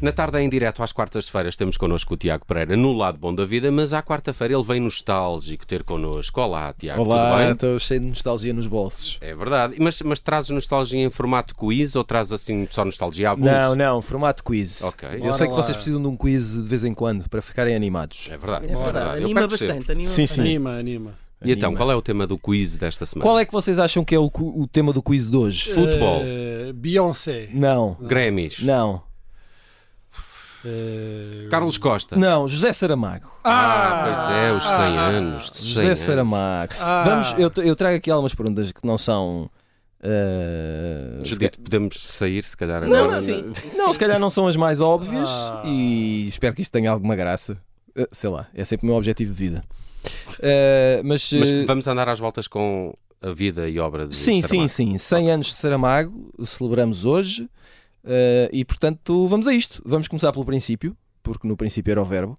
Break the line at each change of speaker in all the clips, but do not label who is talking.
Na tarde é em direto, às quartas-feiras, temos connosco o Tiago Pereira no Lado Bom da Vida, mas à quarta-feira ele vem nostálgico ter connosco. Olá, Tiago, Ah, tudo
Olá,
bem?
estou Então, cheio de nostalgia nos bolsos.
É verdade. Mas, mas trazes nostalgia em formato quiz ou trazes assim só nostalgia à bolsa?
Não, não, formato quiz.
Ok.
Eu
Bora
sei que
lá.
vocês precisam de um quiz de vez em quando para ficarem animados.
É verdade.
É verdade,
Eu
anima
percebo.
bastante, anima
Sim,
bastante.
sim.
Anima, anima.
E então, qual é o tema do quiz desta semana?
Qual é que vocês acham que é o, cu- o tema do quiz de hoje?
Futebol.
Eh, Beyoncé.
Não,
Grêmios.
não,
Eh,
Carlos Costa.
não, José Saramago.
Ah, pois é, os 100
ah,
anos. de 100
José
anos.
Saramago.
Ah.
Vamos, eu, eu trago aqui algumas perguntas que não são. eh, se
Judito, podemos sair, se calhar,
Não,
agora.
não, Não, se calhar não são as mais óbvias
Ah.
e espero que isto tenha alguma graça. Eh, Sei lá, é sempre o meu objetivo de vida. Eh, mas,
Mas
eh,
vamos andar às voltas com a vida e obra de
sim, sim,
Saramago.
sim. 100 anos de Saramago, celebramos hoje eh, e, portanto, vamos a isto. Vamos começar pelo princípio, porque no princípio era o verbo.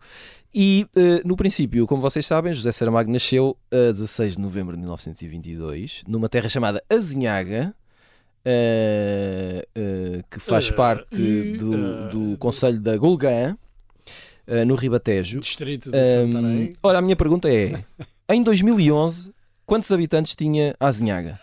E eh, no princípio, como vocês sabem, José Saramago nasceu a 16 de novembro de 1922 numa terra chamada Azinhaga. eh, eh, que faz
Eh,
parte
e,
do,
eh,
do Conselho da Golgã, eh, no Ribatejo.
Distrito de
Hum,
Santarém.
ora, a minha pergunta é: em 2011, quantos habitantes tinha Azinhaga?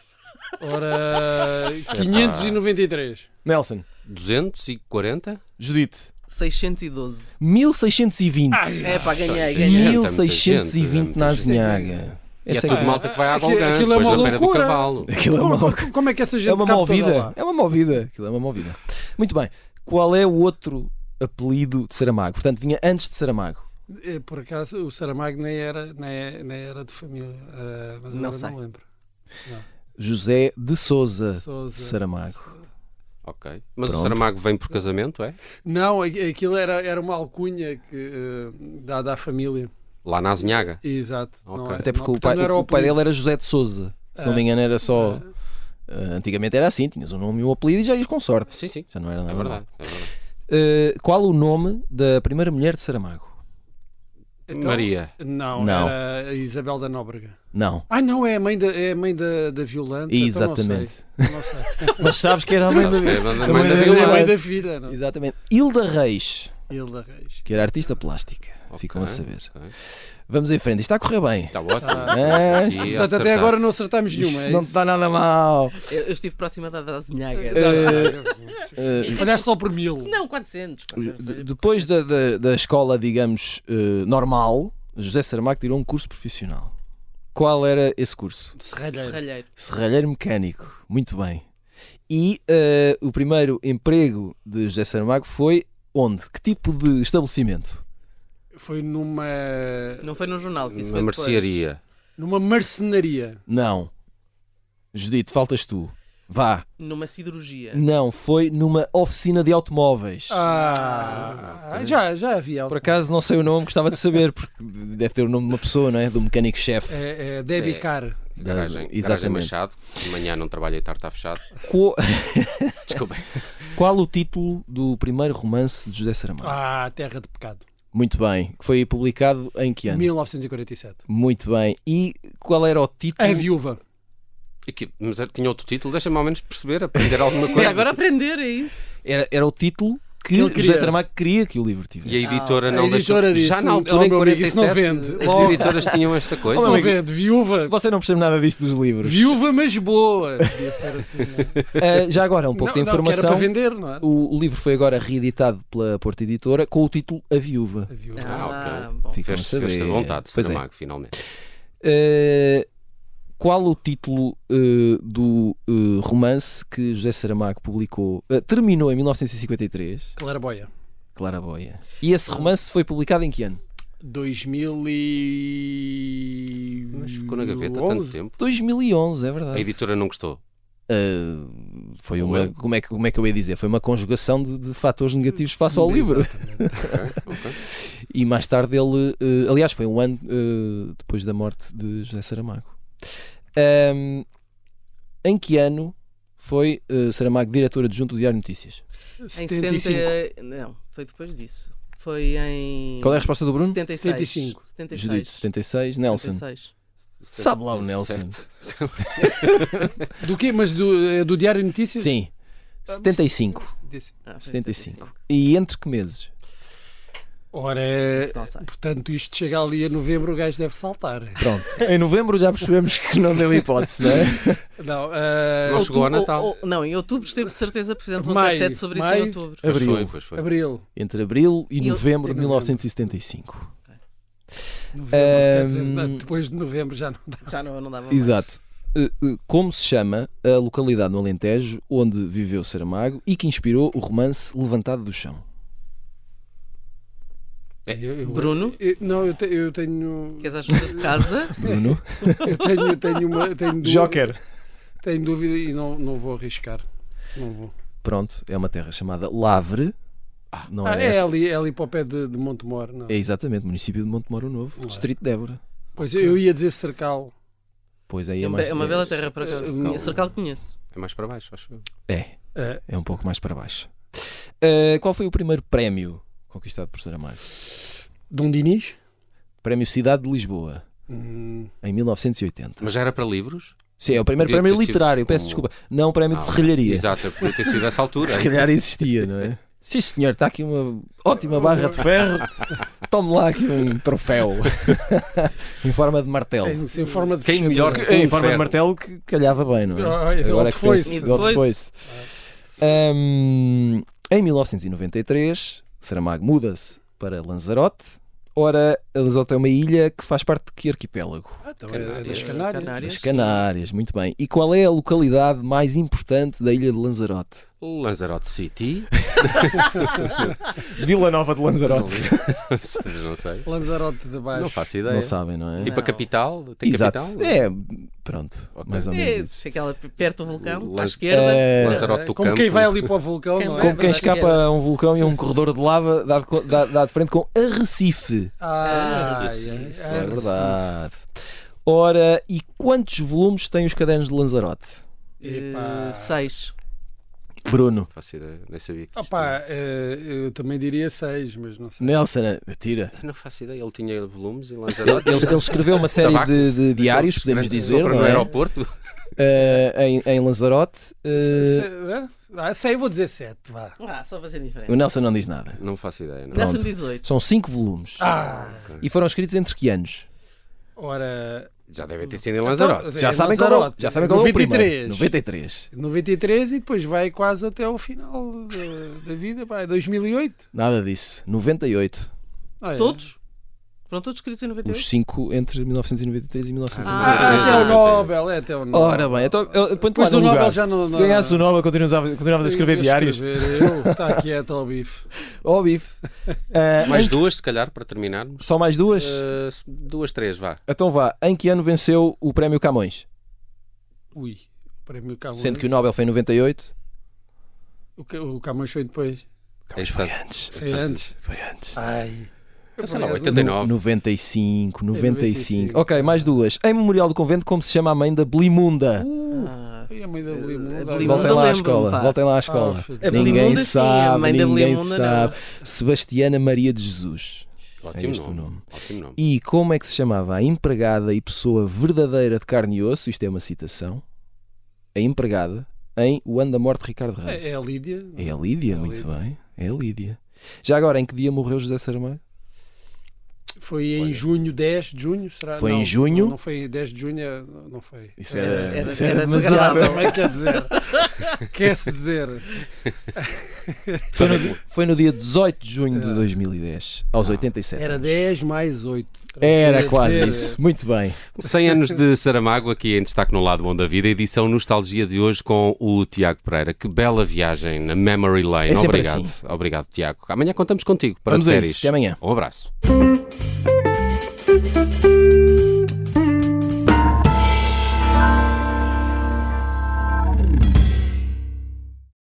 Ora, 593.
Nelson,
240?
Judite,
612.
1620.
É pá, ganhei, ganhei.
Gente, é muita
1620
gente,
na
é muita gente.
Azinhaga.
E é
Essa
tudo
que-
malta que vai à
Aquilo-
Golgã,
aquilo é
depois
uma
da Feira do
loucura.
Cavalo.
Aquilo é
Como,
uma,
como- como é que essa gente
é uma
cabe toda
movida.
lá?
É uma movida. Aquilo é uma movida. Muito bem. Qual é o outro apelido de Saramago? Portanto, vinha antes de Saramago.
Eh, Por acaso, o Saramago nem era, nem, nem era de família, eh, mas
Não
agora
sei.
não lembro.
José de Souza
Sousa.
Saramago.
Ok. Mas
Pronto.
o Saramago vem por casamento, é?
Não, aqu- aquilo era, era uma alcunha que, eh, dada à família.
Lá na Azinhaga.
Exato. não
Ok.
é-
Até porque
não-
o, pai,
portanto, não era
o pai
apelido.
dele era José de Souza. Se não
Ah.
me engano, era só.
Ah.
eh, antigamente era assim: tinhas um nome e um apelido e já ias com sorte.
Sim, sim.
Já não
Ah.
era nada.
É verdade. É verdade.
Eh, qual o nome da primeira mulher de Saramago?
Então,
Maria.
Não,
Não.
era a Isabel da Nóbrega.
Não.
Ah, não, é a mãe da, é a mãe da, da Violante. então não sei.
Exatamente.
Não sei.
Mas sabes que era a
Sabes que é a
mãe
mãe da
da-
Vila.
É a mãe
Violante.
da filha, não?
Exatamente. Hilda Reis,
Hilda Reis.
que era artista plástica. Ficam a
Ok,
saber.
ok.
Vamos em frente. Isto está a correr bem.
Está ótimo.
Ah,
Estamos aqui a
é, Portanto, até
acertar.
agora não acertámos nenhuma.
Isto
é
não tá-
isso?
está nada mal.
Eu, eu estive próxima da Dazinhaga.
Eh,
Eh,
Falhaste só por mil.
Não, 400. 400.
de- depois da, da, da escola, digamos, eh, normal, José Saramago tirou um curso profissional. Qual era esse curso?
Serralheiro.
Serralheiro.
Serralheiro mecânico. Muito bem. E eh, o primeiro emprego de José Saramago foi onde? Que tipo de estabelecimento?
Foi numa.
Não foi no jornal que isso
Uma
foi depois.
mercearia.
numa marcenaria.
Não. Judite, faltas tu. Vá.
Numa siderurgia.
Não, foi numa oficina de automóveis.
Ah, já, já havia.
Por acaso não sei o nome, gostava de saber, porque deve ter o nome de uma pessoa, não é? Do mecânico-chefe.
É, é Debbie
É.
Carr.
Da-
Garagem, garagem
Exatamente.
Machado. Amanhã não trabalha e tarde está fechado.
É.
Co-
Desculpem.
Qual o título do primeiro romance de José Saramago?
Ah, Terra de Pecado.
Muito bem. Que foi publicado em que ano?
1947.
Muito bem. E qual era o título?
A É Viúva.
E que- mas era- tinha outro título, deixa-me ao menos perceber, aprender alguma
E
coisa.
agora aprender, é isso?
Era, era o título que,
Que ele queria.
José Saramago queria que o livro tivesse.
E a editora
Ah,
não
a
deixou.
editora disse,
Já na
"Oh,
altura, em
meu amigo,
47,
isso não vende."
as
Oh.
editoras tinham esta coisa.
Oh, meu
Não
amigo.
vende, é viúva.
Você não percebe nada disto dos livros.
Viúva, mas boa. Devia ser assim. não é?
Ah, já agora, um pouco
Não,
de
não, que era para
informação.
vender, não é? era?
o, o livro foi agora reeditado pela Porta Editora com o título A Viúva.
A Viúva.
Ah, ok.
bom.
Ficam a
Fez-se
saber.
fez-se a vontade,
Pois é.
Saramago, finalmente.
Ah, qual o título ah, do ah, romance que José Saramago publicou? ah, terminou em 1953,
Claraboia.
Claraboia. E esse romance foi publicado em que ano?
2000 e...
Mas ficou na gaveta há tanto
11.
tempo.
2011, é
A
verdade.
editora não gostou.
Ah, foi
Ou
uma,
eu.
como, é que, como é que eu ia dizer? Foi uma conjugação de, de fatores negativos face
Hum,
ao livro.
Exatamente.
Ok, ok.
E mais tarde ele, eh, aliás, foi um ano eh, depois da morte de José Saramago. Ahm, em que ano foi eh, Saramago diretor adjunto do Diário de Notícias?
Em
75.
70. Não, foi depois disso. Foi em.
Qual é a resposta do Bruno?
76.
75.
76.
Judito, 76. Nelson.
76.
Sabe lá o Nelson.
Certo.
eh, Do quê? Mas do, é do Diário de Notícias?
Sim. 75.
75.
Ah, foi
75. E entre que meses?
Ora, eh,
Isso não sei.
portanto, isto chega ali a novembro, o gajo deve saltar.
Pronto. em novembro já percebemos que não deu hipótese, não é?
Não, ah,
Não chegou ao
Outubro-
Natal.
ou- ou- não, em outubro esteve de certeza, por exemplo, uma
Maio,
cassete sobre isso em
maio.
outubro.
Pois
Abril.
foi, pois foi.
abril.
Entre abril e novembro
e
E-
de
novembro.
1975.
Novembro, quer dizer,
Ahm.
não, depois de novembro já não dá.
Já não, não dava mais.
Exato. Eh, eh, Como se chama a localidade no Alentejo onde viveu Saramago e que inspirou o romance Levantado do Chão? É,
Eu- eu-
Bruno,
eu- não, eu, te- eu tenho.
queres a ajuda de casa?
Bruno?
Eu tenho, tenho uma. Tenho, du-
Joker.
tenho dúvida e não, não vou arriscar. Não vou.
Pronto, é uma terra chamada Lavre. Não
Ah,
é,
é
essa.
ali, é ali para o pé de, de Montemor. Não.
É exatamente, município de Montemoro Novo, distrito de Évora.
Pois eu ia dizer Cercal.
Pois aí
É
é
uma,
mais.
é uma bela terra para
Eh,
conhecer. Cercal conheço.
É mais para baixo, acho eu.
É,
Ah,
é um pouco mais para baixo. Eh, qual foi o primeiro prémio conquistado por Saramago?
Dom Dinis?
Prémio Cidade de Lisboa,
Hum,
em 1980.
Mas já era para livros?
Sim, é o primeiro
Podia ter
prémio
sido
literário, peço
como-
desculpa. Não o prémio de
Ah,
serralharia.
Exato, eu podia ter sido essa altura.
Se calhar existia, não é? Sim, senhor, está aqui uma ótima barra de ferro. Tome lá aqui um troféu em forma de martelo.
em, é, sem forma de.
Quem
fechadura.
melhor que-
Em
Um
forma de
ferro.
martelo que calhava bem, não é?
Ah, é
Agora
onde
é que
foi?
penso,
E de
de onde
foice.
foi-se. Hum, em 1993, Saramago muda-se para Lanzarote. Ora, Lanzarote é uma ilha que faz parte de que arquipélago?
Ah, então é, é das Canárias.
As
É,
Canárias, muito bem. E qual é a localidade mais importante da ilha de Lanzarote?
Lanzarote City.
Vila Nova de Lanzarote.
não sei.
Lanzarote de Baixo.
Não faço ideia.
Não sabem, não é?
Tipo a
Não.
capital? Tem
Exato.
capital?
É, pronto,
Ok.
mais ou menos
É,
isso.
se aquela p- perto do vulcão, à
Lanz-
esquerda.
É,
Lanzarote do
Como
Campo.
quem vai ali para o vulcão,
Quem
não é?
vai-
como quem
verdade,
escapa
é.
a um vulcão e a um corredor de lava dá de, co- dá- dá de frente com Arrecife.
Ah,
Ah, sim.
é,
É verdade. Ora, e quantos volumes têm os cadernos de Lanzarote?
eh,
Epá.
seis.
Bruno.
Não faço ideia. Nem sabia que isto
Opa, eh, eu também diria seis, mas não sei.
Nelson, tira.
Eu Não faço ideia. Ele tinha volumes e Lanzarote.
Ele, ele escreveu uma série
Tabaco.
de, de diários,
Aqueles
podemos
grandes
dizer,
compra
não
no
é?
aeroporto.
Ah, em, em Lanzarote.
Se-
ah,
se- ah, sei, vou dizer sete, vá.
Ah, só fazer diferente.
eh, o Nelson não diz nada.
Não faço ideia. Não.
Pronto.
Décimo 18.
São cinco volumes.
Ah,
E foram escritos entre que anos?
ora,
Já devem ter sido em Lanzarote.
Então,
Já
é
sabem qual, é o-
Lanzarote.
já sabem qual é o primeiro.
93.
93.
93 e depois vai quase até ao final da, da vida, pá, é 2008.
Nada disso. 98.
Ah, é.
Todos? Foram todos escritos em 98?
Os 5 entre 1993 e
Ah,
1998.
Ah,
até
ok.
o Nobel, é até o Nobel.
Ora bem, então, eu- eu ponho-te lá
depois do
um
no lugar.
Nobel já não.
Se
não-
ganhasses o Nobel, continuavas a, continuavas a escrever
Eu
diários.
escrever, Eu, está quieto ao bife.
Oh, bife. Ah,
Mais
em-
duas, se calhar, para terminarmos.
Só mais duas?
Eh, duas, três, vá.
Então vá. Em que ano venceu o prémio Camões?
Ui, o prémio Camões.
Sendo que o Nobel foi em 98.
o Ca- O Camões foi depois.
Este
foi
tá-
antes.
Foi antes.
Foi antes.
Ai.
tá
Eu sei lá,
Por acaso,
89.
95, 95.
95.
Ok, mais duas. Em Memorial do Convento, como se chama a mãe da Blimunda?
Uh,
Ah,
e a mãe da Ah,
eh,
Belimunda.
a Belimunda
Voltem lá à
lembro-me,
escola.
pá.
Voltem lá à escola. É
filho.
A
Ninguém
Belimunda, sim, a
sabe,
mãe da
ninguém
Belimunda,
sabe. Sebastiana Maria de Jesus.
Ótimo
este o
nome.
nome.
Ótimo nome.
E como é que se chamava a empregada e pessoa verdadeira de carne e osso? Isto é uma citação. A empregada em O Ano da Morte de Ricardo Reis.
É, é a Lídia.
É a Lídia,
É a
muito
Lídia.
bem. É a Lídia. Já agora, em que dia morreu José Saramago?
Foi em junho, 10 de junho, será?
Foi em
Não,
junho?
Não foi 10 de junho, é, não foi.
Isso
É,
era,
era-
isso era
era
demasiado.
desagradável.
Também é quer dizer. Quer-se dizer.
Foi no, foi no dia 18 de junho de
É.
2010, aos
Ah.
87.
Era 10 mais 8.
Era quase isso. Muito bem.
100 anos de Saramago, aqui em destaque no Lado Bom da Vida, edição Nostalgia de hoje com o Tiago Pereira. Que bela viagem na Memory Lane.
É sempre
Obrigado.
assim.
Obrigado, Tiago. Amanhã contamos contigo para Um
Vamos a isso.
séries.
Até amanhã.
Um abraço.